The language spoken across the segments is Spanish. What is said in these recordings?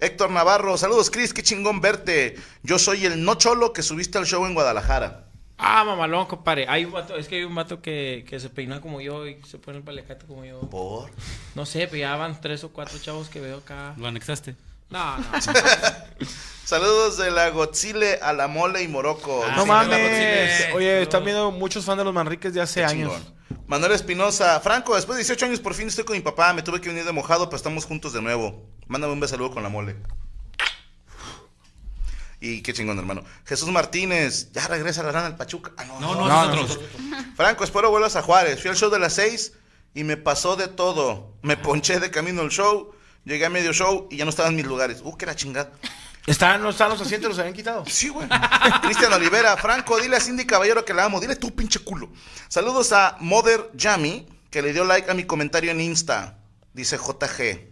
Héctor Navarro, saludos Cris, qué chingón verte. Yo soy el no cholo que subiste al show en Guadalajara. Ah, mamalón, compadre. Hay un vato, es que hay un vato que, que se peina como yo y se pone el palecato como yo. ¿Por? No sé, pero ya van tres o cuatro chavos que veo acá. Lo anexaste. No, no. Saludos de la Godzile a la Mole y Morocco. Ah, Sí, No No la mames. Godzile. Chingón. Oye, están viendo muchos fans de los Manriques de hace años. Chingón. Manuel Espinosa, Franco, después de 18 años por fin estoy con mi papá, me tuve que venir de mojado, pero estamos juntos de nuevo. Mándame un besaludo con la mole. Y qué chingón, hermano. Jesús Martínez, ya regresa la rana al Pachuca. Ah, no, No, no. no, No, nosotros. Franco, espero vuelvas a Juárez. Fui al show de las 6 y me pasó de todo. Me ponché de camino al show, llegué a medio show y ya no estaban mis lugares. Uh, que la chingada. Están, no están los asientos, los habían quitado. Sí, güey. Cristian Olivera, Franco, dile a Cindy Caballero que la amo. Dile tú, pinche culo. Saludos a Mother Yami, que le dio like a mi comentario en Insta. Dice JG.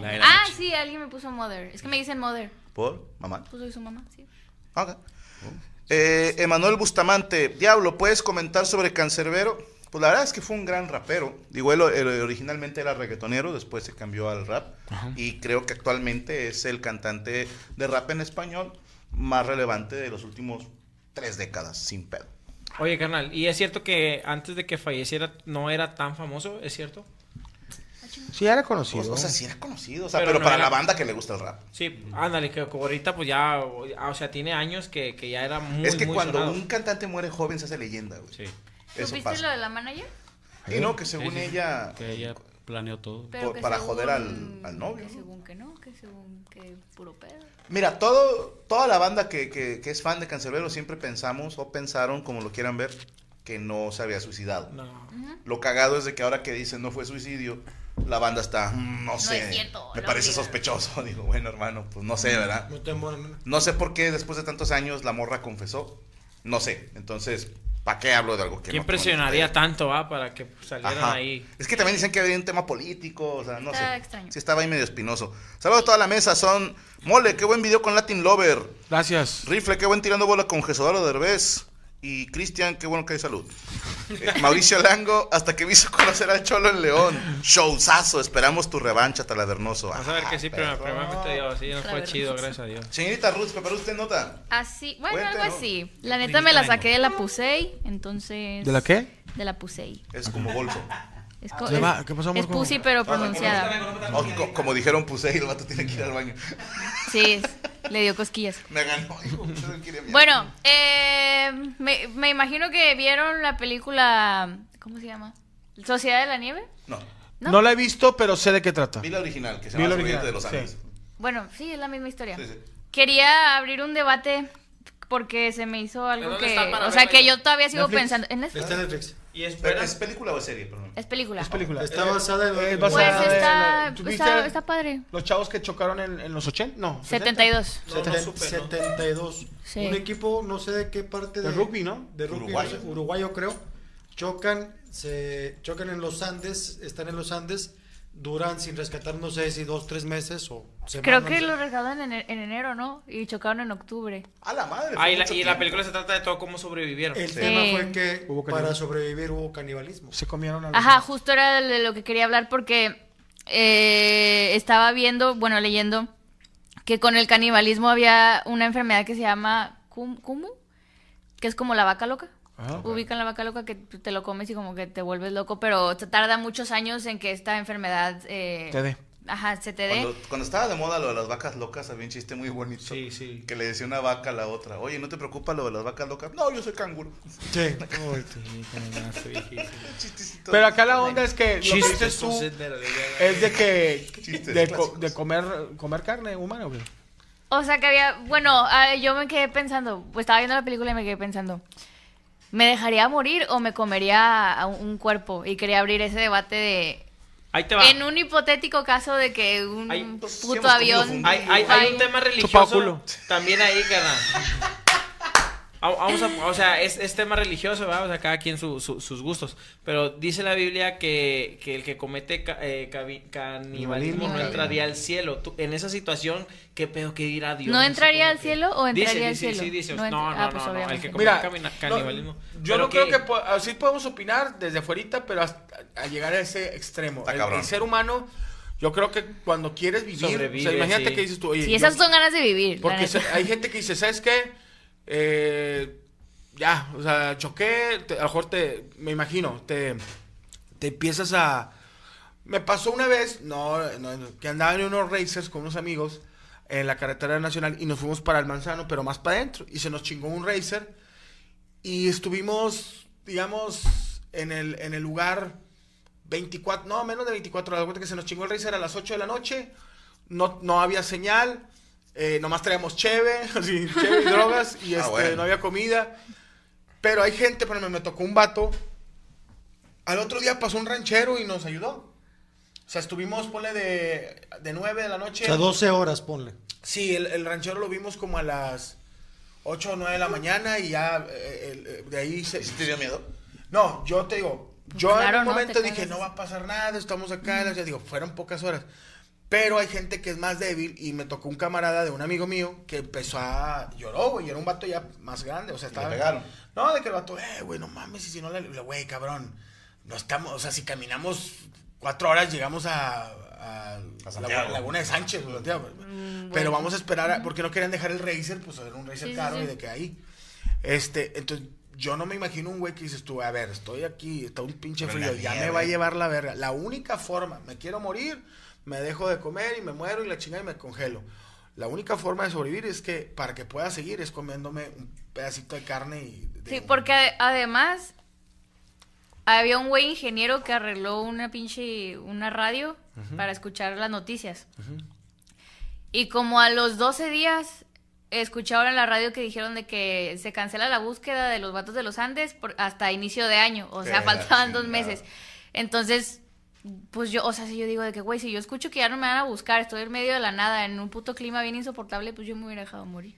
La de la Ah, noche. sí, alguien me puso mother. Es que me dicen mother. ¿Por? Mamá. Pues soy su mamá, sí. Ok. Eh, Emanuel Bustamante, Diablo, ¿puedes comentar sobre Cancerbero? Pues la verdad es que fue un gran rapero. Digo, él, él originalmente era reggaetonero, después se cambió al rap. Y creo que actualmente es el cantante de rap en español más relevante de los últimos tres décadas, sin pedo. Oye, carnal, ¿y es cierto que antes de que falleciera no era tan famoso? ¿Es cierto? Sí, ya era O- conocido. O sea, sí era conocido, o sea, pero, Pero no para era- la banda que le gusta el rap. Sí, ándale, que ahorita pues ya, o o sea, tiene años que, que ya era muy, es que muy cuando sonado. un cantante muere joven se hace leyenda, güey. Sí. Eso ¿Supiste lo pasa. de la manager? Y no, que según Sí, sí, sí. ella... Que ella planeó todo. Pero Por- que para según- joder al- al novio, Que ¿no? según que no, que según que puro pedo. Mira, todo, toda la banda que, que- que es fan de Cancerbero siempre pensamos o pensaron, como lo quieran ver, que no se había suicidado. No. Lo cagado es de que ahora que dicen no fue suicidio, la banda está, "Mm, no sé, es cierto, me lo parece obligan". sospechoso. Digo, bueno, hermano, pues no sé, ¿verdad? No sé por qué después de tantos años la morra confesó. No sé, entonces, ¿para qué hablo de algo que ¿Quién no tengo ni idea? presionaría tanto, ah, para que salieran Ajá. ahí? Es que también dicen que había un tema político, o sea, no Está sé. extraño. Sí, estaba ahí medio espinoso. Saludos a toda la mesa, son Mole, qué buen video con Latin Lover. Gracias. Rifle, qué buen tirando bola con Jesodaro Derbez. Y Cristian, qué bueno que hay salud. Eh, Mauricio Lango, hasta que me hizo conocer al Cholo en León. Showzazo, esperamos tu revancha, talavernoso. Vas a ver que sí, pero Ah, primeramente Dios, sí, no La fue verdad. chido, gracias a Dios. Señorita Ruth, ¿preparó usted nota? Así, Ah, bueno, Cuéntalo. algo así. La neta me la Primita, saqué de la Pusey, entonces. ¿De la qué? De la Pusey. Es como golfo. Es co- Ah, Se es- va- ¿qué pasó, amor? Es Pussy, Ah, pero pronunciada. O Oh, co- como dijeron, puse el vato tiene que ir al baño. Sí, es- le dio cosquillas. Me ganó. hijo, usted quiere mierda. Bueno, eh, me, me imagino que vieron la película. ¿Cómo se llama? ¿Sociedad de la Nieve? No. No. No. la he visto, pero sé de qué trata. Vi la original, que se Vi llama la Sobreviviente de original, los Andes. Bueno, sí, es la misma historia. Sí, sí. Quería abrir un debate porque se me hizo algo dónde que. está para O sea, verla que yo? yo todavía sigo Netflix. pensando. ¿En Netflix? Está en Netflix. Y Pero, espera, ¿Es película o es serie? Perdón. Es película. Es película. Está basada en- Es Pues Eh, basada en- está, ¿Tú viste está, está padre. Eh, Los chavos que chocaron en, en los 80, no. 72. No, no Seten- supe, ¿no? 72. Sí. Un equipo, no sé de qué parte de, De rugby, ¿no? De rugby, Uruguayo. uruguayo. uruguayo, creo. Chocan, se chocan en los Andes, están en los Andes, duran sin rescatar, no sé si dos, tres meses o Creo semanas. que lo rescataron en, en enero, ¿no? Y chocaron en octubre. A la madre. Ah, fue y la, mucho y la tiempo. película se trata de todo cómo sobrevivieron. El Sí. tema Sí. fue que Hubo para canibalismo. sobrevivir hubo canibalismo. Se comieron a los Ajá, justo era de lo que quería hablar porque eh, estaba viendo, bueno, leyendo que con el canibalismo había una enfermedad que se llama cum- cumu, que es como la vaca loca. Ajá. Ubican la vaca loca que tú te lo comes y como que te vuelves loco, pero te tarda muchos años en que esta enfermedad eh, Te dé. Ajá, se te dé. Cuando, cuando estaba de moda lo de las vacas locas, había un chiste muy bonito. Sí, sí. Que le decía una vaca a la otra, oye, ¿no te preocupa lo de las vacas locas? No, yo soy canguro. Sí. Chistes, Chistecito. Pero acá la onda es que lo que dices tú entonces, de la- de la- es de que Chistes de, co- clásicos. de comer comer carne humana o qué? O sea que había, bueno, ah, yo me quedé pensando, pues estaba viendo la película y me quedé pensando, ¿me dejaría morir o me comería a un, un cuerpo? Y quería abrir ese debate de Ahí te va. En un hipotético caso de que un Ay, pues, sí hemos comido puto avión. juntos. Hay, hay- hay falle. un tema Chupado religioso culo. también ahí, carnal. Ah, Vamos a, o sea, es, es tema religioso, ¿verdad? O sea, cada quien su- su- sus gustos. Pero dice la Biblia que, que el que comete ca- eh, cabi- canibalismo no Canibalismo. entraría al cielo. Tú, en esa situación, ¿qué pedo que dirá Dios? ¿No sé entraría cómo al que- cielo o Dice, entraría al dice, cielo? sí, dice, no, No no, entra- ah, no, pues, no, el obviamente. que comete Mira, camina- no, canibalismo. yo ¿Pero no creo qué? que po- así podemos opinar desde afuerita, pero hasta, a llegar a ese extremo. Está El, cabrón. el ser humano, yo creo que cuando quieres vivir, o Sobrevive, sea, imagínate sí. que dices tú, oye, Sí, yo- esas son ganas de vivir. la porque neta. se- hay gente que dice, ¿sabes qué? Eh, ya, o sea, choqué, te- a lo mejor te, me imagino, te, te empiezas a... Me pasó una vez, no, no, no, que andaba en unos racers con unos amigos en la carretera nacional y nos fuimos para el Manzano, pero más para adentro. Y se nos chingó un racer y estuvimos, digamos, en el, en el lugar 24, no, menos de 24 horas. Recuerda que se nos chingó el racer a las 8 de la noche, no, no había señal, eh, nomás traíamos cheve, así, cheve y drogas, y Ah, este, bueno. no había comida. Pero hay gente, por ejemplo, me tocó un vato. Al otro día pasó un ranchero y nos ayudó. O sea, estuvimos, ponle, de, de 9 de la noche. O sea, 12 horas, ponle. Sí, el, el ranchero lo vimos como a las 8 o 9 de la mañana y ya eh, el- eh, de ahí se... ¿Y si te dio miedo? No, yo te digo, yo Claro, en un ¿no? momento Te dije, cagas. no va a pasar nada, estamos acá, o sea, digo, fueron pocas horas. Pero hay gente que es más débil y me tocó un camarada de un amigo mío que empezó a lloró, güey, y era un vato ya más grande, o sea, estaba... pegaron? No, de que el vato, eh, güey, no mames, y si no le... le- Güey, cabrón, no estamos, o sea, si caminamos cuatro horas llegamos a... a A la Santiago. Laguna de Sánchez, güey, Santiago. Pero vamos a esperar, a- porque no querían dejar el Racer, pues era un Racer Mm, Sí, sí, caro sí. y de que ahí. Este, entonces, yo no me imagino un güey que dices tú, a ver, estoy aquí, está un pinche Pero en frío, la ya me nieve. va a llevar la verga. La única forma, me quiero morir, me dejo de comer y me muero y la chingada y me congelo. La única forma de sobrevivir es que, para que pueda seguir, es comiéndome un pedacito de carne y... de Sí, un- porque ade- además había un güey ingeniero que arregló una pinche una radio para escuchar las noticias. Y como a los 12 días escucharon en la radio que dijeron de que se cancela la búsqueda de los vatos de los Andes por- hasta inicio de año, o sea, Qué la faltaban dos chingada. meses. Entonces, pues yo, o sea, si yo digo de que, güey, si yo escucho que ya no me van a buscar, estoy en medio de la nada, en un puto clima bien insoportable, pues yo me hubiera dejado morir.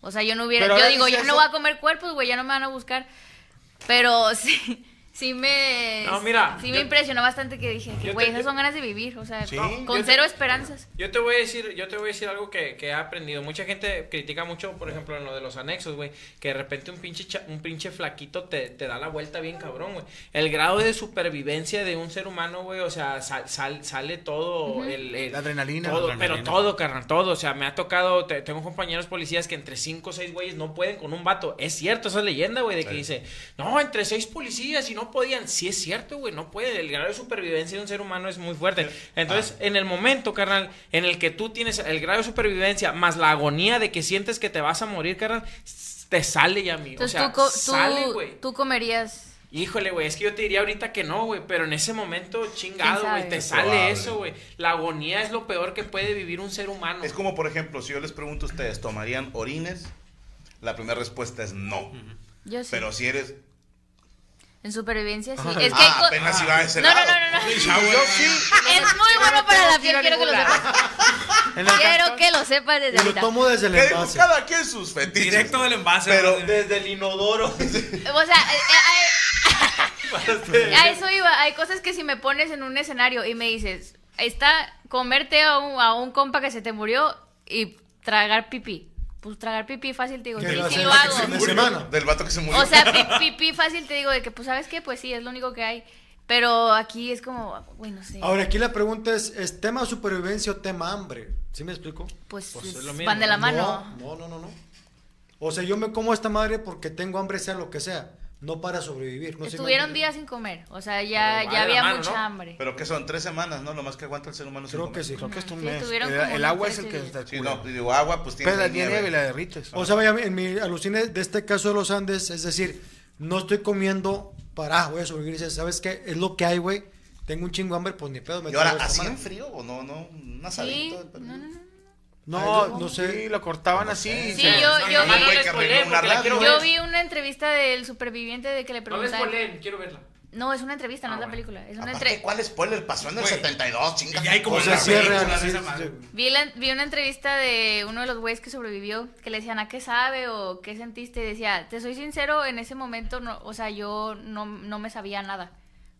O sea, yo no hubiera, Pero yo ahora digo, dice ya no eso- voy a comer cuerpos, güey, ya no me van a buscar. Pero sí, sí me. No, mira, Sí me yo- impresionó bastante que dije, que, yo güey, te- esas yo- son ganas de vivir, o sea, Sí, con yo con te- cero esperanzas. Yo te voy a decir, yo te voy a decir algo que, que he aprendido. Mucha gente critica mucho, por ejemplo, en lo de los anexos, güey, que de repente un pinche cha- un pinche flaquito te, te da la vuelta bien cabrón, güey. El grado de supervivencia de un ser humano, güey, o sea, sal- sal- sale todo el, el- La adrenalina. todo, La pero todo, carnal, todo, o sea, me ha tocado, te- tengo compañeros policías que entre cinco o seis güeyes no pueden con un vato. Es cierto esa leyenda, güey, de que dice, "No, entre seis policías y no podían." Sí es cierto, güey, no puede, el grado de supervivencia de un ser humano es muy fuerte. Entonces, Ah. en el momento, carnal, en el que tú tienes el grado de supervivencia más la agonía de que sientes que te vas a morir, carnal, s- te sale ya, amigo. O Entonces sea, tú, co- sale, tú, güey. tú comerías. Híjole, güey, es que yo te diría ahorita que no, güey, pero en ese momento, chingado, ¿Quién güey, sabe? te Es sale probable. eso, güey. La agonía es lo peor que puede vivir un ser humano. Es como, por ejemplo, si yo les pregunto a ustedes, ¿tomarían orines? La primera respuesta es no. Yo sí. Pero si eres... En supervivencia sí. Es que hay ah, co- apenas iba a ese No, no, lado. no, no, no. Yo sí. Es muy bueno para la piel, quiero que lo sepas. En la- Quiero que lo sepas desde Y lo ahorita. tomo desde el Que digo, envase. cada quien sus fetiches. Directo del envase. Pero güey. desde el inodoro. O sea, eh, eh, eh, a eso iba. Hay cosas que si me pones en un escenario y me dices, está comerte a un, a un compa que se te murió y tragar pipí. Pues tragar pipí fácil te digo, Que sí, lo sí hacen lo en hago. el fin de semana. Del vato que se murió. O sea, pi- pipí fácil te digo de que, pues, ¿sabes qué? Pues sí, es lo único que hay. Pero aquí es como, güey, no sé. Ahora, aquí la pregunta es, ¿es tema supervivencia o tema hambre? ¿Sí me explico? pues pues, es es- lo mismo. van de la No, mano. No, no, no, no. O sea, yo me como esta madre porque tengo hambre, sea lo que sea, no para sobrevivir. No sé si me Estuvieron días entiendes. sin comer. O sea, ya, Pero va ya de la había mano, mucha ¿no? hambre. Pero que son tres semanas, ¿no? Lo más que aguanta el ser humano. sin Creo comer. que sí. Creo que es un Sí, mes. El, estuvieron como el agua unos es el que trece está Sí, cura. no, digo, agua, pues tiene Pero la nieve la derrites. O sea, vaya, en mi alucine de este caso de los Andes, es decir, no estoy comiendo para, ah, voy a sobrevivir. Dices, ¿sabes qué? Es lo que hay, güey. Tengo un chingo de hambre, pues ni pedo. Me Y ahora, traigo esta ¿así madre. en frío o no? no un Sí, asadito. no, no, no. No, No, no sé. Sí, lo cortaban así. y Sí, se- yo- No, no, yo no, vi- no les Yo spoilé porque la vi- quiero Yo ver. vi una entrevista del superviviente de que le No les preguntaron. spoileen, quiero verla. No, es una entrevista, Ah, no es la bueno. película. Es una Aparte, entrevista. ¿cucuál spoiler pasó en el Güey. 72? Chinga. Y ya hay como O O sea, sea, una sí es película real. de sí, esa sí, madre. sí. Vi, la- vi una entrevista de uno de los güeyes que sobrevivió, que le decían, ¿a qué sabe o qué sentiste? Y decía, te soy sincero, en ese momento, no, o sea, yo no, no me sabía nada.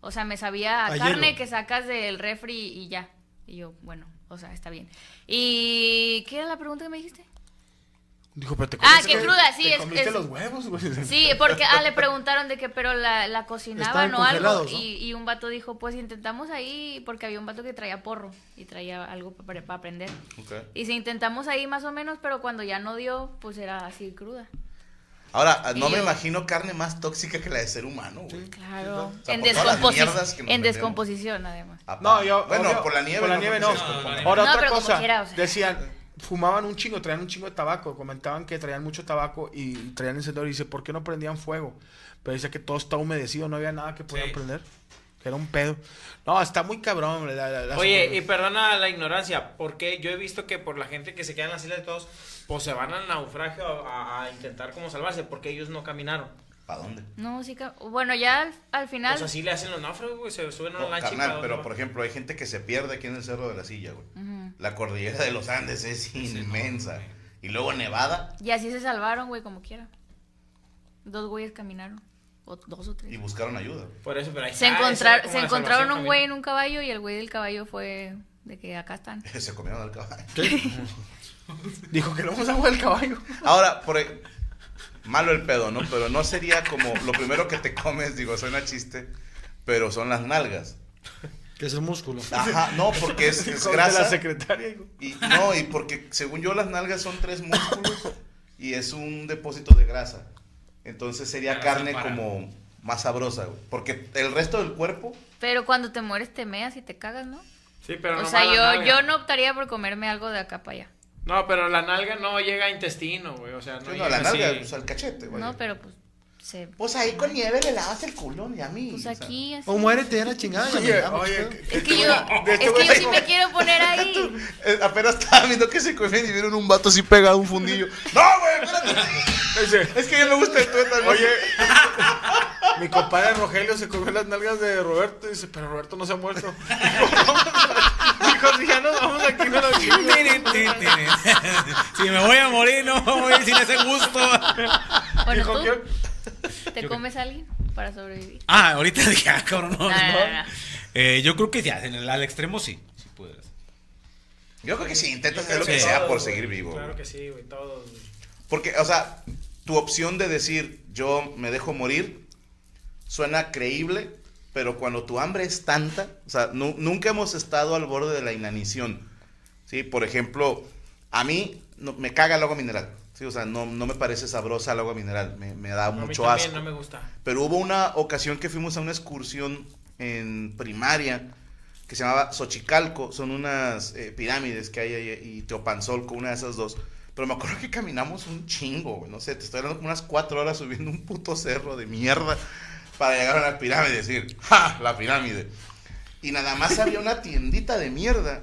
O sea, me sabía A carne hielo. que sacas del refri y ya. Y yo, bueno, o sea, está bien. ¿Y qué era la pregunta que me dijiste? Dijo, pero te Ah, comiste- qué cruda, sí. te Es, comiste es- los huevos, güey. Sí, porque ah, le preguntaron de que, pero la, la cocinaban Estaban o algo. congelados, ¿no? Y, y un vato dijo, pues intentamos ahí, porque había un vato que traía porro y traía algo para, para aprender. Ok. Y si intentamos ahí más o menos, pero cuando ya no dio, pues era así cruda. Ahora, no Y me yo- imagino carne más tóxica que la de ser humano, güey. Claro. sea, en por todas las descomposi- mierdas que nos en metemos. descomposición, además. Apa. No, yo. Ah, Bueno, obvio, por la nieve. Por la nieve no. porque se descompone. Ahora, No, otra pero como cosa. quiera, o sea. Decían, fumaban un chingo, traían un chingo de tabaco. Comentaban que traían mucho tabaco y traían encendedor. Y dice, ¿por qué no prendían fuego? Pero dice que todo está humedecido, no había nada que podían Sí. prender. Que era un pedo. No, está muy cabrón. la- la- la- Oye, y perdona la ignorancia, porque yo he visto que por la gente que se queda en las islas de todos, pues se van al naufragio a, a intentar como salvarse, porque ellos no caminaron. ¿Para dónde? No, sí, ca- bueno, ya al, al final. O sea, sí le hacen los náufragos, güey, se suben a No, una lancha y para carnal, dónde pero van. por ejemplo, hay gente que se pierde aquí en el Cerro de la Silla, güey. La cordillera de los Andes es inmensa. y luego Nevada Y así se salvaron, güey, como quiera. Dos güeyes caminaron. O dos o y ah, tres. buscaron ayuda. güey. Por eso, pero ahí Se, está, encontrar- esa es como se la encontraron salvación un güey también. en un caballo y el güey del caballo fue de que acá están. Se comieron al caballo. Dijo que no vamos a jugar el caballo. Ahora, por e- malo el pedo, ¿no? Pero no sería como lo primero que te comes, digo, suena chiste, pero son las nalgas. Que es el músculo. Ajá, no, porque es, es Dijo, de la grasa. secretaria. dijo. Y no, y porque según yo las nalgas son tres músculos y es un depósito de grasa. Entonces sería Grasa carne para- como más sabrosa, güey. Porque el resto del cuerpo, Pero cuando te mueres te meas y te cagas, ¿no? Sí, pero o nomás sea, la yo, nalga. yo no optaría por comerme algo de acá para allá. No, pero la nalga no llega a intestino, güey, o sea, Ah, no, no, la llega así. nalga, o sea, el cachete, güey. No, pero pues se. Pues ahí con nieve le lavas el culón y a mí. o Pues sea. aquí así. O muérete, era chingada. ya me Oye, llamo, oye, chido. Es que yo, De este es que güey yo sí dijo- me quiero poner ahí. Eh, apenas estaba viendo que se comían y vieron un vato así pegado a un fundillo. ¡No, güey! espérate! Dice, Es que yo me gusta el tuyo también. Oye, mi compadre Rogelio se comió las nalgas de Roberto y dice, pero Roberto no se ha muerto. Dijo, si ya nos vamos aquí, no lo chingo. Tirin, tirin, tirin. Si me voy a morir, no me voy a ir sin ese gusto. Bueno, Dijo, tú ¿qué? te comes a alguien para sobrevivir. Ah, ahorita dije, ah, cabrón, no, No, no, no, no. no. Eh, yo creo que ya, en el- al extremo sí. Sí pudieras. Yo creo que sí, intentas hacer Creo lo que sí. sea todos, por güey. seguir vivo. Claro güey. que sí, güey, todos. güey. Porque, o sea, tu opción de decir yo me dejo morir suena creíble, pero cuando tu hambre es tanta, o sea, nu- nunca hemos estado al borde de la inanición. Sí, por ejemplo, a mí no- me caga el agua mineral. Sí, o sea, no, no me parece sabrosa el agua mineral, me, me da A mí mucho también asco. no me gusta. Pero hubo una ocasión que fuimos a una excursión en primaria que se llamaba Xochicalco, son unas eh, pirámides que hay ahí, y Teopanzolco, una de esas dos. Pero me acuerdo que caminamos un chingo, güey, no sé, te estoy hablando como unas cuatro horas subiendo un puto cerro de mierda para llegar a la pirámide y decir, ¡ja! La pirámide. Y nada más había una tiendita de mierda.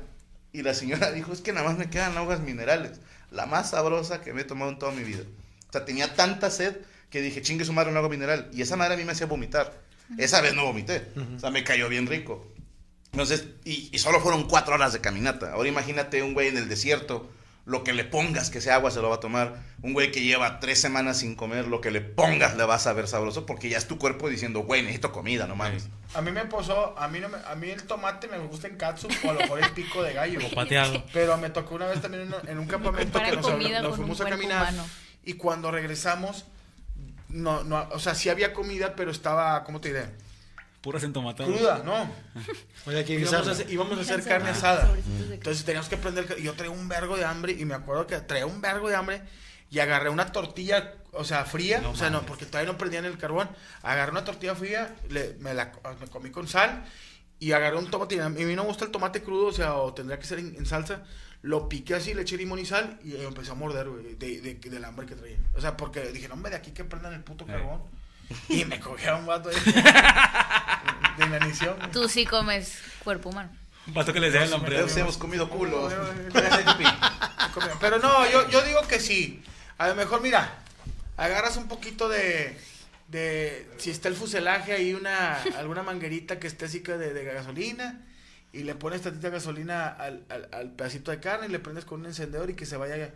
Y la señora dijo, es que nada más me quedan aguas minerales. La más sabrosa que me he tomado en toda mi vida. O sea, tenía tanta sed que dije, chingue su madre un agua mineral. Y esa madre a mí me hacía vomitar. Esa vez no vomité. O sea, me cayó bien rico. Entonces, y, y solo fueron cuatro horas de caminata. Ahora imagínate un güey en el desierto, lo que le pongas que sea agua se lo va a tomar. Un güey que lleva tres semanas sin comer, lo que le pongas le va a saber sabroso porque ya es tu cuerpo diciendo, güey, necesito comida, no mames. A mí me posó, a mí, no me- a mí el tomate me gusta en katsup o a lo mejor el pico de gallo. Pateado. Pero me tocó una vez también en, un- en un campamento compara que nos, comida nos con fuimos un a cuerpo caminar. humano. Y cuando regresamos, no, no, o sea, sí había comida, pero estaba, ¿cómo te diré? Puras entomatadas. Cruda, ¿no. Oye, aquí Íbamos a, guisarla. hacer, íbamos a hacer carne asada. Entonces teníamos que prender. ca- y Yo traía un vergo de hambre y me acuerdo que traía un vergo de hambre y agarré una tortilla, o sea, fría. o sea, no, porque todavía no prendían el carbón. Agarré una tortilla fría, le- me la ah, me comí con sal y agarré un tomate. A mí no me gusta el tomate crudo, o sea, o tendría que ser en, en salsa. Lo piqué así, le eché limón y sal y eh, empecé a morder, güey, de, de- del hambre que traía. O sea, porque dije, no, hombre, de aquí que prendan el puto carbón. Y me cogieron un vato ahí de inanición. güey. Tú sí comes cuerpo humano. Un Pato que les dé el nombre. Entonces hemos comido culo. Pero no, yo, yo digo que sí. A lo mejor, mira, agarras un poquito de, de si está el fuselaje hay una alguna manguerita que esté así que de, de gasolina y le pones tantita gasolina al, al- al pedacito de carne y le prendes con un encendedor y que se vaya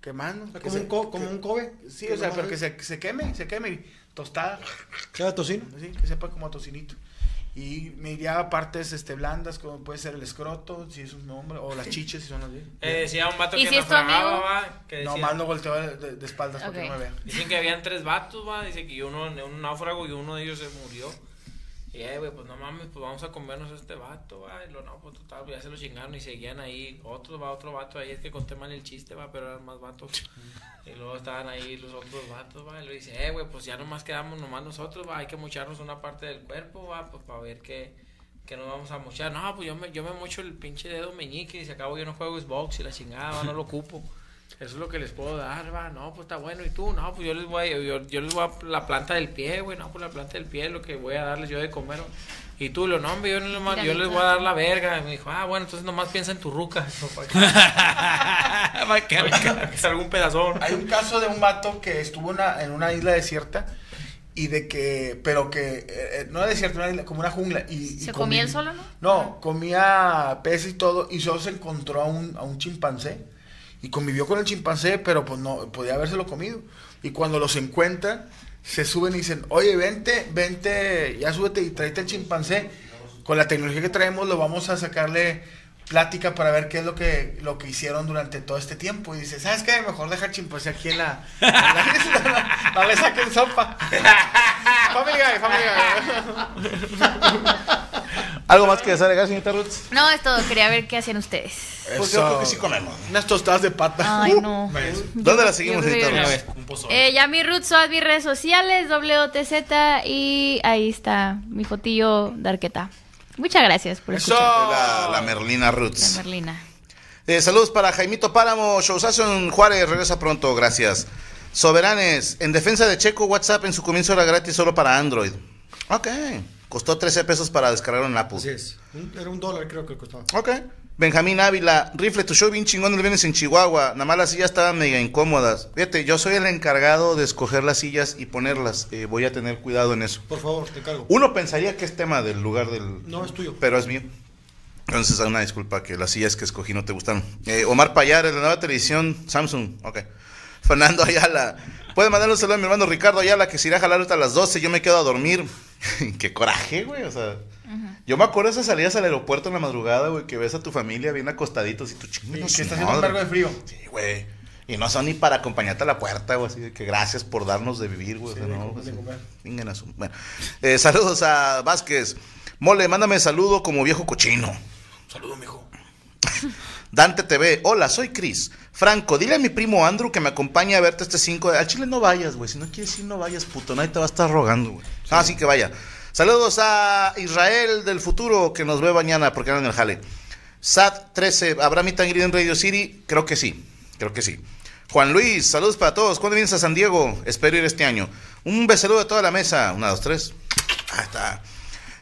quemando. O sea, que Como se- un, co- como que- un Kobe. Sí, o sea, nomás pero que es- se, que se queme, se queme y tostada. ¿Sabe a tocino? Sí, que sepa como a tocinito. Y me iría a partes este, blandas, como puede ser el escroto, si es un nombre, o las chiches, si son las bien. Eh, decía un vato ¿Y que si es tu naufragaba, amigo? va, que No, decía- más no volteo de, de- de espaldas para Ok. que no me vean. Dicen que habían tres vatos, va, dice que uno, un náufrago y uno de ellos se murió. Y eh, güey, pues no mames, pues vamos a comernos a este vato, va. Y lo, no, pues total, ya se lo chingaron y seguían ahí. Otro, va, otro vato ahí, es que conté mal el chiste, va, pero eran más vatos. Y luego estaban ahí los otros vatos, va. Y le dice, eh, güey, pues ya nomás quedamos nomás nosotros, va. Hay que mocharnos una parte del cuerpo, va, pues para ver qué, qué nos vamos a mochar. No, pues yo me, yo me mocho el pinche dedo meñique y se acabó, yo no juego Xbox y la chingada, va, no lo ocupo. Eso es lo que les puedo dar, va. No, pues está bueno. ¿Y tú? No, pues yo les voy a, yo, yo les voy a la planta del pie, güey. No, pues la planta del pie es lo que voy a darles yo de comer. güey. Y tú, lo no, hombre, yo, no les ma- yo les voy a dar la verga. Y me dijo, ah, bueno, entonces nomás piensa en tu ruca. Yo, "Pa' que- Va que- pa' que salga un pedazón. Hay un caso de un vato que estuvo una- en una isla desierta y de que, pero que eh, eh, no era desierta, una isla, como una jungla. Y, y ¿Se comi- comía él solo, no? No, comía peces y todo y solo se encontró a un, a un chimpancé y convivió con el chimpancé, pero pues no, podía habérselo comido. Y cuando los encuentran, se suben y dicen, oye, vente, vente, ya súbete y tráete el chimpancé. Con la tecnología que traemos lo vamos a sacarle plática para ver qué es lo que, lo que hicieron durante todo este tiempo. Y dice, ¿sabes qué? Mejor dejar chimpancé aquí en la... en la isla, no, no le saquen sopa. family guy, family guy. ¿Algo más que desagregar, señorita Roots? No, es todo. Quería ver qué hacían ustedes. Pues yo creo que sí comemos. Unas tostadas de pata. Ay, no. ¿Dónde la seguimos, Yo creo señorita que- Roots? Un pozo. Eh, ya mi root son mis redes sociales, WTZ, y ahí está mi fotillo de arqueta. Muchas gracias por Eso. escuchar. La, la Merlina Roots. La Merlina. Eh, saludos para Jaimito Páramo, Showzazo en Juárez, regresa pronto, gracias. Soberanes, en defensa de Checo, WhatsApp en su comienzo era gratis solo para Android. Ok, costó 13 pesos para descargar en Apple. Así es. Un- era un dólar, creo que costaba. Ok. Benjamín Ávila, rifle tu show bien chingón el viernes en Chihuahua. Nada más las sillas estaban mega incómodas. Fíjate, yo soy el encargado de escoger las sillas y ponerlas. Eh, voy a tener cuidado en eso. Por favor, te encargo. Uno pensaría que es tema del lugar del. No, es tuyo. Pero es mío. Entonces, una disculpa que las sillas que escogí no te gustaron. Eh, Omar Payar, en la nueva televisión Samsung. Ok. Fernando Ayala. Puede mandarle un saludo a mi hermano Ricardo Ayala que se irá a jalar hasta las 12. Yo me quedo a dormir. Qué coraje, güey. O sea, yo me acuerdo esas salidas al aeropuerto en la madrugada, güey, que ves a tu familia bien acostaditos y tu Que chingo. está haciendo un vergo de frío. Sí, güey. Y no son ni para acompañarte a la puerta, güey. Así de que gracias por darnos de vivir, güey. o sea, no, pues, chinguen a su- Bueno, Eh, saludos a Vázquez. Mole, mándame saludo como viejo cochino. Saludos, mijo. Dante TV, hola, soy Cris. Franco, dile a mi primo Andrew que me acompañe a verte este 5 de... Al Chile no vayas, güey. Si no quieres ir, no vayas, puto. Nadie te va a estar rogando, güey. Ah, sí que vaya. Saludos a Israel del futuro que nos ve mañana porque anda en el jale. Sat 13, ¿habrá mi tangrid en Radio City? Creo que sí, creo que sí. Juan Luis, saludos para todos. ¿Cuándo vienes a San Diego? Espero ir este año. Un besaludo a toda la mesa. Una, dos, tres. Ahí está.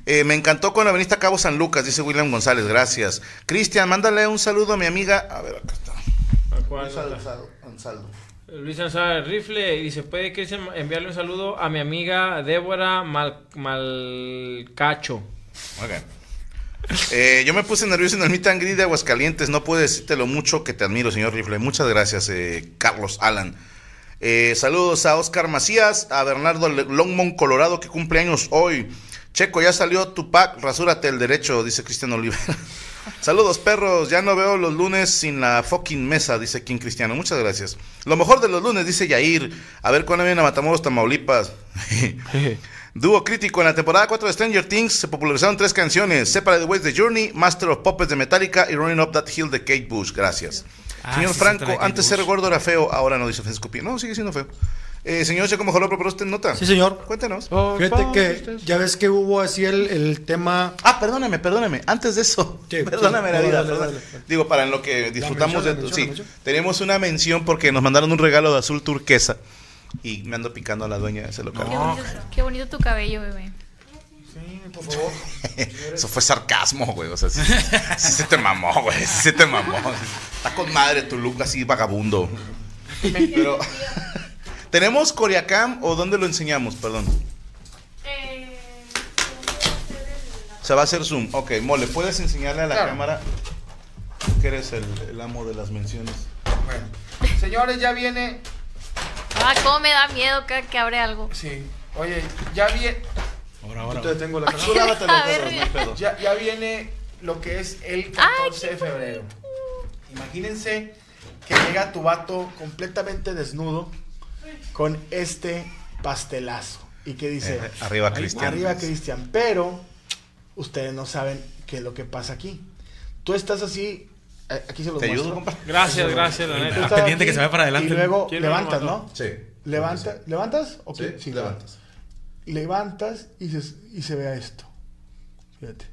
Eh, me encantó cuando viniste a Cabo San Lucas, dice William González, gracias. Cristian, mándale un saludo a mi amiga. A ver, acá está. Luis Anzar Rifle dice, ¿puede que enviarle un saludo a mi amiga Débora Mal- Malcacho? Ok. Eh, yo me puse nervioso en el Meet and Greet de Aguascalientes. No puedo decirte lo mucho que te admiro, señor Rifle. Muchas gracias, eh, Carlos Alan. Eh, saludos a Oscar Macías, a Bernardo Le- Longmont, Colorado, que cumple años hoy. Checo, ya salió tu pack, rasúrate el derecho, dice Cristian Olivera. Saludos, perros. Ya no veo los lunes sin la fucking mesa, dice King Cristiano. Muchas gracias. Lo mejor de los lunes, dice Yair. A ver cuándo viene a Matamoros, Tamaulipas. Dúo crítico. En la temporada 4 de Stranger Things se popularizaron tres canciones: Separate Ways de Journey, Master of Puppets de Metallica y Running Up That Hill de Kate Bush. Gracias. Ah, señor sí, sí, Franco, trae Kate antes ser Bush. gordo era feo, ahora no dice ofensas copia. No, sigue siendo feo. Eh, señor Checo Mejoró, pero usted nota. Sí, señor. Oh. Cuéntenos. Fíjate que ya ves que hubo así el, el tema. Ah, perdóname, perdóname. Antes de eso, Sí, perdóname sí. la No, vida. dale, perdón. dale, dale. Digo, para en lo que disfrutamos mención, de la tu. mención, Sí, la mención. tenemos una mención porque nos mandaron un regalo de azul turquesa y me ando picando a la dueña de ese local. Qué, bonito, qué bonito tu cabello, bebé. Sí, por favor. Eso fue sarcasmo, güey. O sea, sí, sí se te mamó, güey. Sí se te mamó. Está con madre tu look así vagabundo. Pero. ¿Tenemos Coreacam o dónde lo enseñamos? Perdón. Se va a hacer zoom. Ok, mole, ¿puedes enseñarle a la Claro. cámara que eres el, el amo de las menciones? Bueno, señores, ya viene. Ah, cómo me da miedo que, que abre algo. Sí. Oye, ya viene. Ahora, Yo ahora. Ah, te detengo la Tú cara. lávate los A ver, dedos, no hay pedo. Ya, ya viene lo que es el 14 de febrero. Imagínense que llega tu vato completamente desnudo con este pastelazo. Y que dice, Eh, arriba Cristian. Arriba Cristian. Pero ustedes no saben qué es lo que pasa aquí. Tú estás así, eh, aquí se los ¿Te ayudo, muestro. compa? Gracias, gracias, la Tú neta. estás pendiente aquí que se vaya para adelante. Y luego ¿Quién lo levantas, mandó? ¿no? Sí. Levanta, ¿Levantas? ¿O Sí, qué? levantas. Levantas y se, y se vea esto. Fíjate.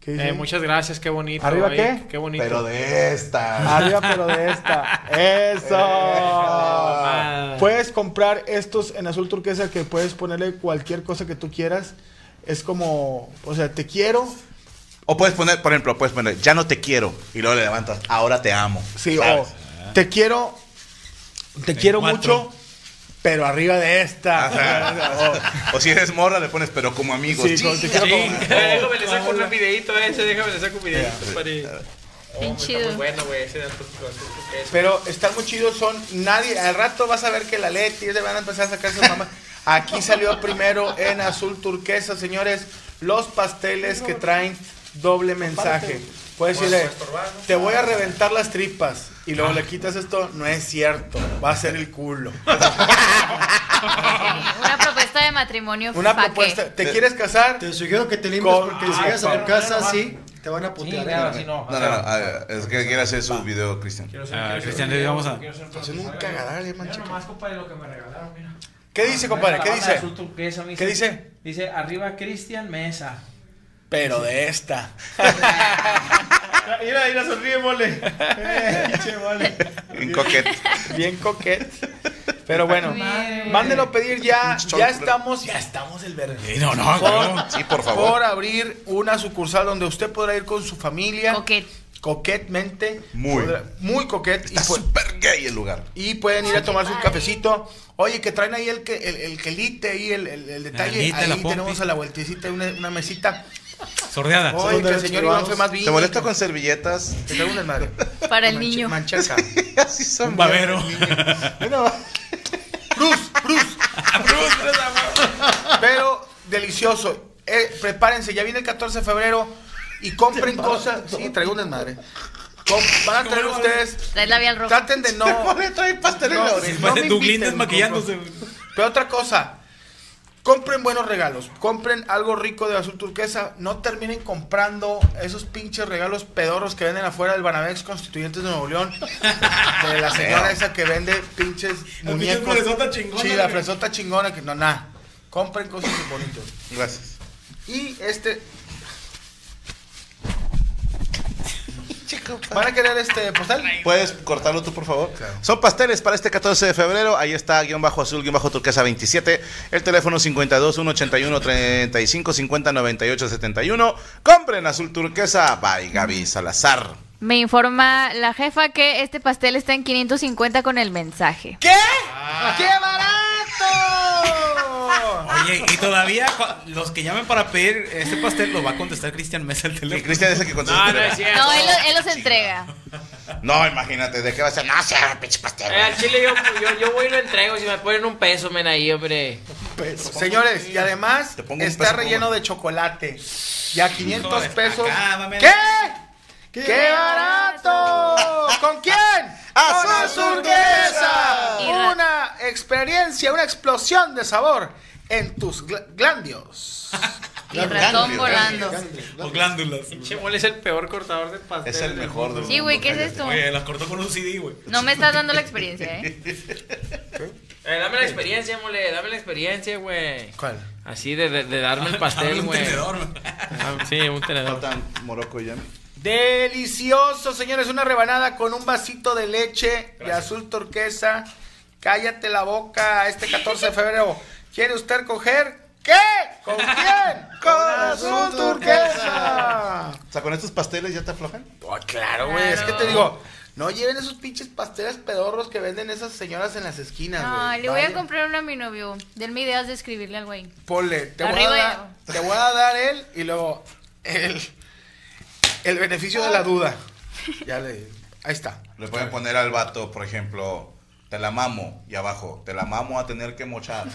¿Qué dice Eh, ahí? muchas gracias, qué bonito. ¿Arriba ay, qué? Qué bonito. Pero de esta. Arriba, pero de esta. ¡Eso! Puedes comprar estos en azul turquesa que puedes ponerle cualquier cosa que tú quieras. Es como, o sea, te quiero. O puedes poner, por ejemplo, puedes poner, ya no te quiero. Y luego le levantas, ahora te amo. Sí, ¿Sabes? o te quiero. Te quiero cuatro. mucho, pero arriba de esta. Ajá. O si eres morra, le pones, pero como amigos. Sí, con- te quiero como- déjame le saco un videito a ese, déjame le saco un videito. para- Bien Está chido. muy bueno, güey, ese de Arturo Cruz, es- Pero están muy chidos, son nadie. Al rato vas a ver que la Leti ellos van a empezar a sacar sus mamás. Aquí salió primero en azul turquesa, señores, los pasteles que traen doble mensaje. Puedes decirle, te voy Ah. a reventar las tripas y luego le quitas esto, no es cierto, va a ser el culo. Una propuesta de matrimonio. Una ¿pa' qué? propuesta, ¿te quieres casar? Te sugiero que te limpies Con- porque si llegas a tu casa así, te van a Sí, putear. claro, sí, no. No, no, no. a ver, Es que quiere hacer su video, Cristian. Quiero ser- Ah, quiero ser Cristian, un- le vamos a- quiero ser un- Son Pues un cagadal, eh, Mira mancha. nomás, compadre, lo que me regalaron, mira. Ah, ¿Qué dice, compadre? La ¿Qué banda dice? azul turquesa, me ¿Qué dice? Dice, arriba Cristian Mesa. Pero de esta. Mira, mira, sonríe, mole. En coquet. Bien coquet. Pero bueno, Bien. mándelo a pedir ya. Pinche Ya chorro. estamos, ya estamos el verde. Ah, Sí, Eh, No, no, no. Sí, por favor. Por abrir una sucursal donde usted podrá ir con su familia. Coquet. Coquetmente. Muy. Podrá- muy coquet. Y, Está pu- súper gay el lugar. y pueden ir a tomarse un padre. cafecito. Oye, que traen ahí el, que, el, el quelite y el, el- el detalle. alita, la ahí pompi. tenemos a la vueltecita una, una mesita. Sordeada. Oye, de que el los señor privados. Iván fue más bien. ¿Te molesta con servilletas? Te traigo un desmadre. Para el Mancha- niño. Manchaca. Así son. Un babero. Mira, Bruce, Bruce. Pero delicioso. Eh, prepárense, ya viene el 14 de febrero y compren cosas. Sí, traigo un desmadre. Com- Van a traer ustedes. Trae el labial rojo. Traten de no. mole trae pastel en la No, oreja. no me Parece Dublín inviten, desmaquillándose. Pero otra cosa. Compren buenos regalos, compren algo rico de azul turquesa, no terminen comprando esos pinches regalos pedorros que venden afuera del Banamex Constituyentes de Nuevo León, de la señora esa que vende pinches pinche muñecos. fresota chingona, Sí, la güey. fresota chingona que no, nada. Compren cosas bonitas. Gracias. Y este. ¿Van a querer este postal? ¿Puedes cortarlo tú, por favor? Son pasteles para este 14 de febrero. Ahí está, guión bajo azul, guión bajo turquesa 27. El teléfono 52 181 35 50 98 71. Compren azul turquesa by Gaby Salazar. Me informa la jefa que este pastel está en 550 con el mensaje. ¿Qué? ¡Qué barato! Oye, y todavía cua- los que llamen para pedir este pastel lo va a contestar Cristian Mesa el Y teléfono. Cristian es el que contesta. No, el no es teléfono. cierto. No, él, lo- él los entrega. No, imagínate, ¿de qué va a ser? No, sí, pinche pastel. Eh, al chile yo, yo, yo voy y lo entrego. Si me ponen un peso, men, ahí, hombre. Señores, y además Te pongo un está peso, relleno pongo. de chocolate. Y a 500 pesos. acá, dame. ¿Qué? ¡Qué, barato! ¿Con quién? Azul ¡Con Turquesa! Y ra- Una experiencia, una explosión de sabor en tus gl- glándios. Y ratón Ganglio, volando. O glándulas. Pinche mole es el peor cortador de pastel. Es el mejor del Sí, güey, mundo, ¿qué es cállate. esto? Oye, las cortó con un CD, güey. No me estás dando la experiencia, ¿eh? Eh, dame la experiencia, mole, dame la experiencia, güey. ¿Cuál? Así de, de, de darme el Abre pastel, un güey. tenedor, güey. Ah, Sí, un tenedor. Faltan Morocco y Yami. Delicioso, señores. Una rebanada con un vasito de leche de azul turquesa. Cállate la boca este 14 de febrero. ¿Quiere usted coger? ¿Qué? ¿Con quién? Con azul turquesa. Oh, O sea, con estos pasteles ya te aflojan. claro, güey. Es que te digo, no lleven esos pinches pasteles pedorros que venden esas señoras en las esquinas. No, güey. le voy a Vaya. comprar uno a mi novio. Denme ideas de escribirle al güey. Ponle, te voy, a Arriba. dar, te voy a dar él y luego el, el beneficio de la duda. Ya le. Ahí está. Le pueden poner al vato, por ejemplo, te la mamo y abajo, te la mamo a tener que mochar.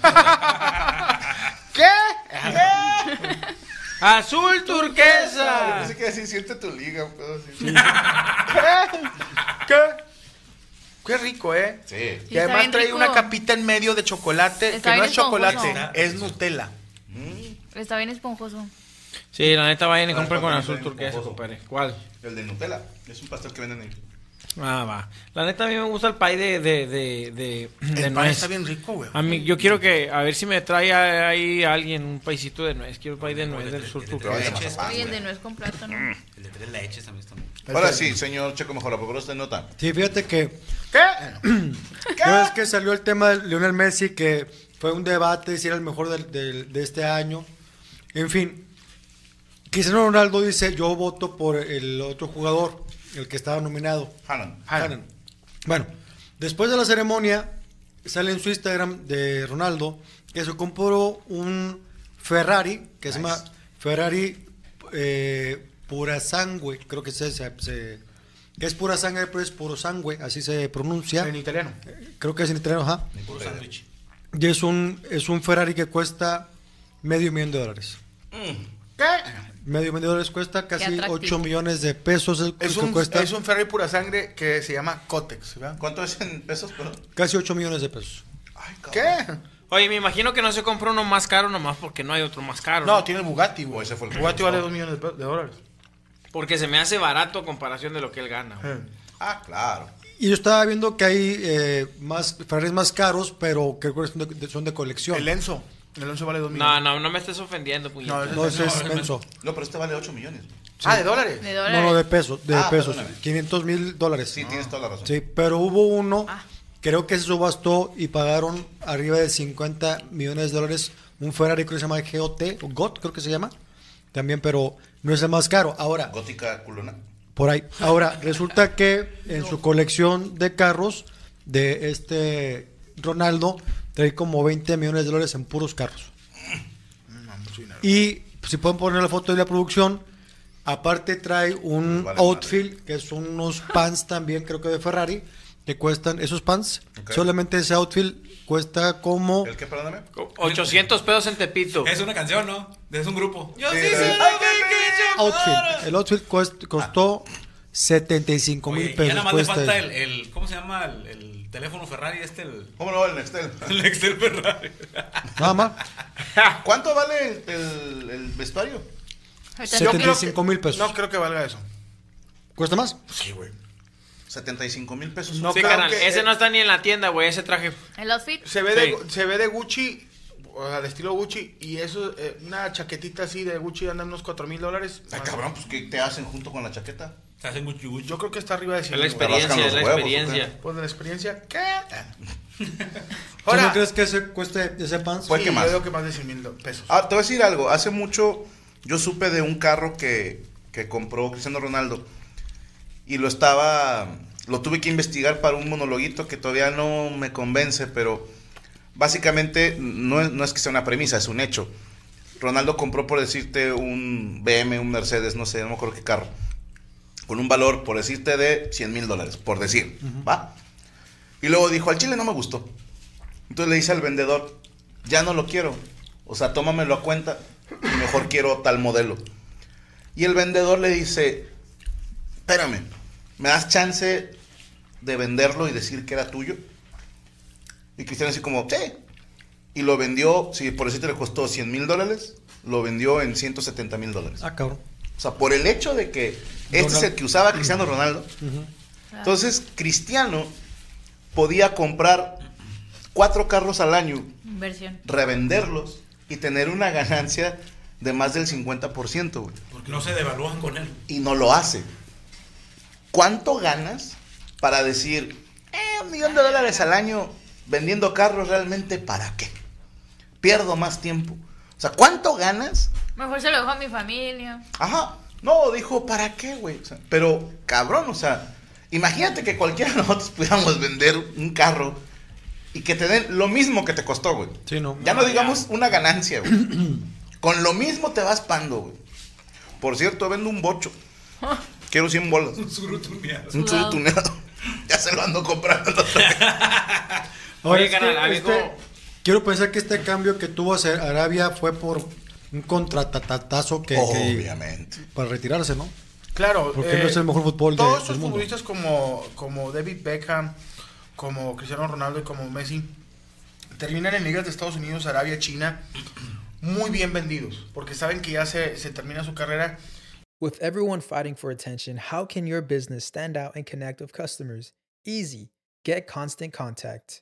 ¿Qué? Azul turquesa. Pensé que iba a decir, siente tu liga. un pedo así. ¿Qué? ¿Qué? Qué rico, ¿eh? Sí. Y está además bien trae rico. una capita en medio de chocolate, Está que no bien es chocolate, esponjoso. es Nutella. Está bien esponjoso. Ah, Sí, la neta, vayan y Ah, compren con también azul está bien turquesa, pomposo. compadre. ¿Cuál? El de Nutella. Es un pastel que venden ahí. Ah, va. La neta, a mí me gusta el pay de, de, de, de, El de pan nuez. está bien rico, güey. A mí, yo quiero que, a ver si me trae a- ahí alguien un paisito de nuez. Quiero el pay de nuez del sur Pero de turquesa. mazapán, Oye, el de güey. nuez con plátano. El de tres leches también está muy. Ahora sí, señor Checo Mejora, por favor, usted nota. Sí, fíjate que ¿Qué? Ya ves que salió el tema de Lionel Messi, que fue un debate si era el mejor del- del- de este año. En fin, Cristiano Ronaldo dice, yo voto por el otro jugador, el que estaba nominado. Hanan. Hanan. Bueno, después de la ceremonia, sale en su Instagram de Ronaldo que se compró un Ferrari, que se llama Ferrari eh, Pura Sangue, creo que se, se- se- que es pura sangre, pero es puro sangue, así se pronuncia. Eh, En italiano. Creo que es en italiano, ajá. Puro sándwich. Y es un, es un Ferrari que cuesta medio millón de dólares. ¿Qué? Medio millón de dólares cuesta casi atractivo. 8 millones de pesos. el- Es que un, cuesta es un Ferrari pura sangre que se llama Cotex, ¿verdad? ¿Cuánto es en pesos, perdón? Casi 8 millones de pesos. Ay, cabrón. ¿Qué? Oye, me imagino que no se compró uno más caro nomás porque no hay otro más caro. No, No, tiene el Bugatti, güey. O Oh, ese fue el que Bugatti costó. vale 2 millones de pe- de dólares. Porque se me hace barato a comparación de lo que él gana. güey. Eh. Ah, claro. Y yo estaba viendo que hay eh, más Ferraris más caros, pero que creo que son de, son de colección. El Enzo. El Enzo vale 2 No, millones. no, no me estés ofendiendo, puñeta. No, es- No, ese es menso. No, pero este vale 8 millones. güey. Ah, de dólares. De No, dólares. no, de pesos. De Ah, pesos. perdóname. 500 mil dólares. Ah. Sí, tienes toda la razón. Sí, pero hubo uno, creo que se subastó y pagaron arriba de 50 millones de dólares un Ferrari creo que se llama GOT, o GOT creo que se llama, también, pero no es el más caro. Ahora, Gótica culona. por ahí. Ahora, resulta que en su colección de carros de este Ronaldo trae como 20 millones de dólares en puros carros. Y si pueden poner la foto de la producción, aparte trae Vale un madre. outfit, que son unos pants también, creo que de Ferrari, que cuestan esos pants. Ok. Solamente ese outfit cuesta como... Oh. ¿El qué, perdóname? 800 pesos en Tepito. Es una canción, ¿no? Es un grupo. Yo Sí, sí, sí. Outfit. El outfit cuest- costó 75 Oye, mil ya pesos. nada más le cuesta falta eso. el, el- ¿Cómo se llama? El, el teléfono Ferrari, este, el. ¿Cómo no vale el Nextel? El Excel Ferrari. Nada más. ¿Cuánto vale el, el- el vestuario? Ahorita Yo creo no. que- 75 mil pesos. No creo que valga eso. ¿Cuesta más? Sí, güey. 75 mil pesos. No sí, creo carnal, que- ese no está ni en la tienda, güey, ese traje. El outfit. Se ve, de, Sí. se ve de Gucci, o sea, de estilo Gucci, y eso, eh, una chaquetita así de Gucci anda en unos 4 mil dólares. Ah, cabrón, pues ¿qué te hacen junto con la chaqueta? Se hacen guchi guchi. Yo creo que está arriba de 100 Es la rascan experiencia, los es la huevos, experiencia. Pues de la experiencia, ¿qué? ¿Tú Ahora, no crees que ese cueste ese pants? Pues- sí, que más? yo digo que más de 100 mil pesos. Ah, te voy a decir algo. Hace mucho yo supe de un carro que, que compró Cristiano Ronaldo. Y lo estaba. Lo tuve que investigar para un monologuito que todavía no me convence, pero básicamente no es, no es que sea una premisa, es un hecho. Ronaldo compró, por decirte, un BM, un Mercedes, no sé, no me acuerdo qué carro. Con un valor, por decirte, de 100 mil dólares, por decir, ¿va? Y luego dijo, al chile no me gustó. Entonces le dice al vendedor, ya no lo quiero. O sea, tómamelo a cuenta. y Mejor quiero tal modelo. Y el vendedor le dice, espérame, ¿me das chance de venderlo y decir que era tuyo? Y Cristiano así como, sí. Y lo vendió, si por eso te le costó 100 mil dólares, lo vendió en 170 mil dólares. Ah, cabrón. O sea, por el hecho de que este es el que usaba Cristiano Ronaldo. Entonces, Cristiano podía comprar cuatro carros al año, Inversión. revenderlos y tener una ganancia de más del 50%, güey. Porque no se devalúan con él. Y no lo hace. ¿Cuánto ganas para decir, eh, un millón de dólares al año vendiendo carros realmente para qué? Pierdo más tiempo. O sea, ¿cuánto ganas Mejor se lo dejo a mi familia. Ajá. No, dijo, ¿para qué, güey? O sea, pero, cabrón, o sea, imagínate que cualquiera de nosotros pudiéramos vender un carro y que te den lo mismo que te costó, güey. Sí, no. Ya no digamos una ganancia, güey. Con lo mismo te vas pando, güey. Por cierto, vendo un bocho. Quiero 100 bolas. Un churro tuneado. Ya se lo ando comprando. Oye, Ahora, es que carnal, a mí este- como- quiero pensar que este cambio que tuvo hacia Arabia fue por un contratatazo que, que- Obviamente. para retirarse, ¿no? Claro. eh, Porque no es el mejor fútbol de- Todos del esos mundo. futbolistas como, como David Beckham, como Cristiano Ronaldo y como Messi, terminan en ligas de Estados Unidos, Arabia, China, muy bien vendidos. Porque saben que ya se, se termina su carrera With everyone fighting for attention, how can your business stand out and connect with customers? Easy. Get Constant Contact.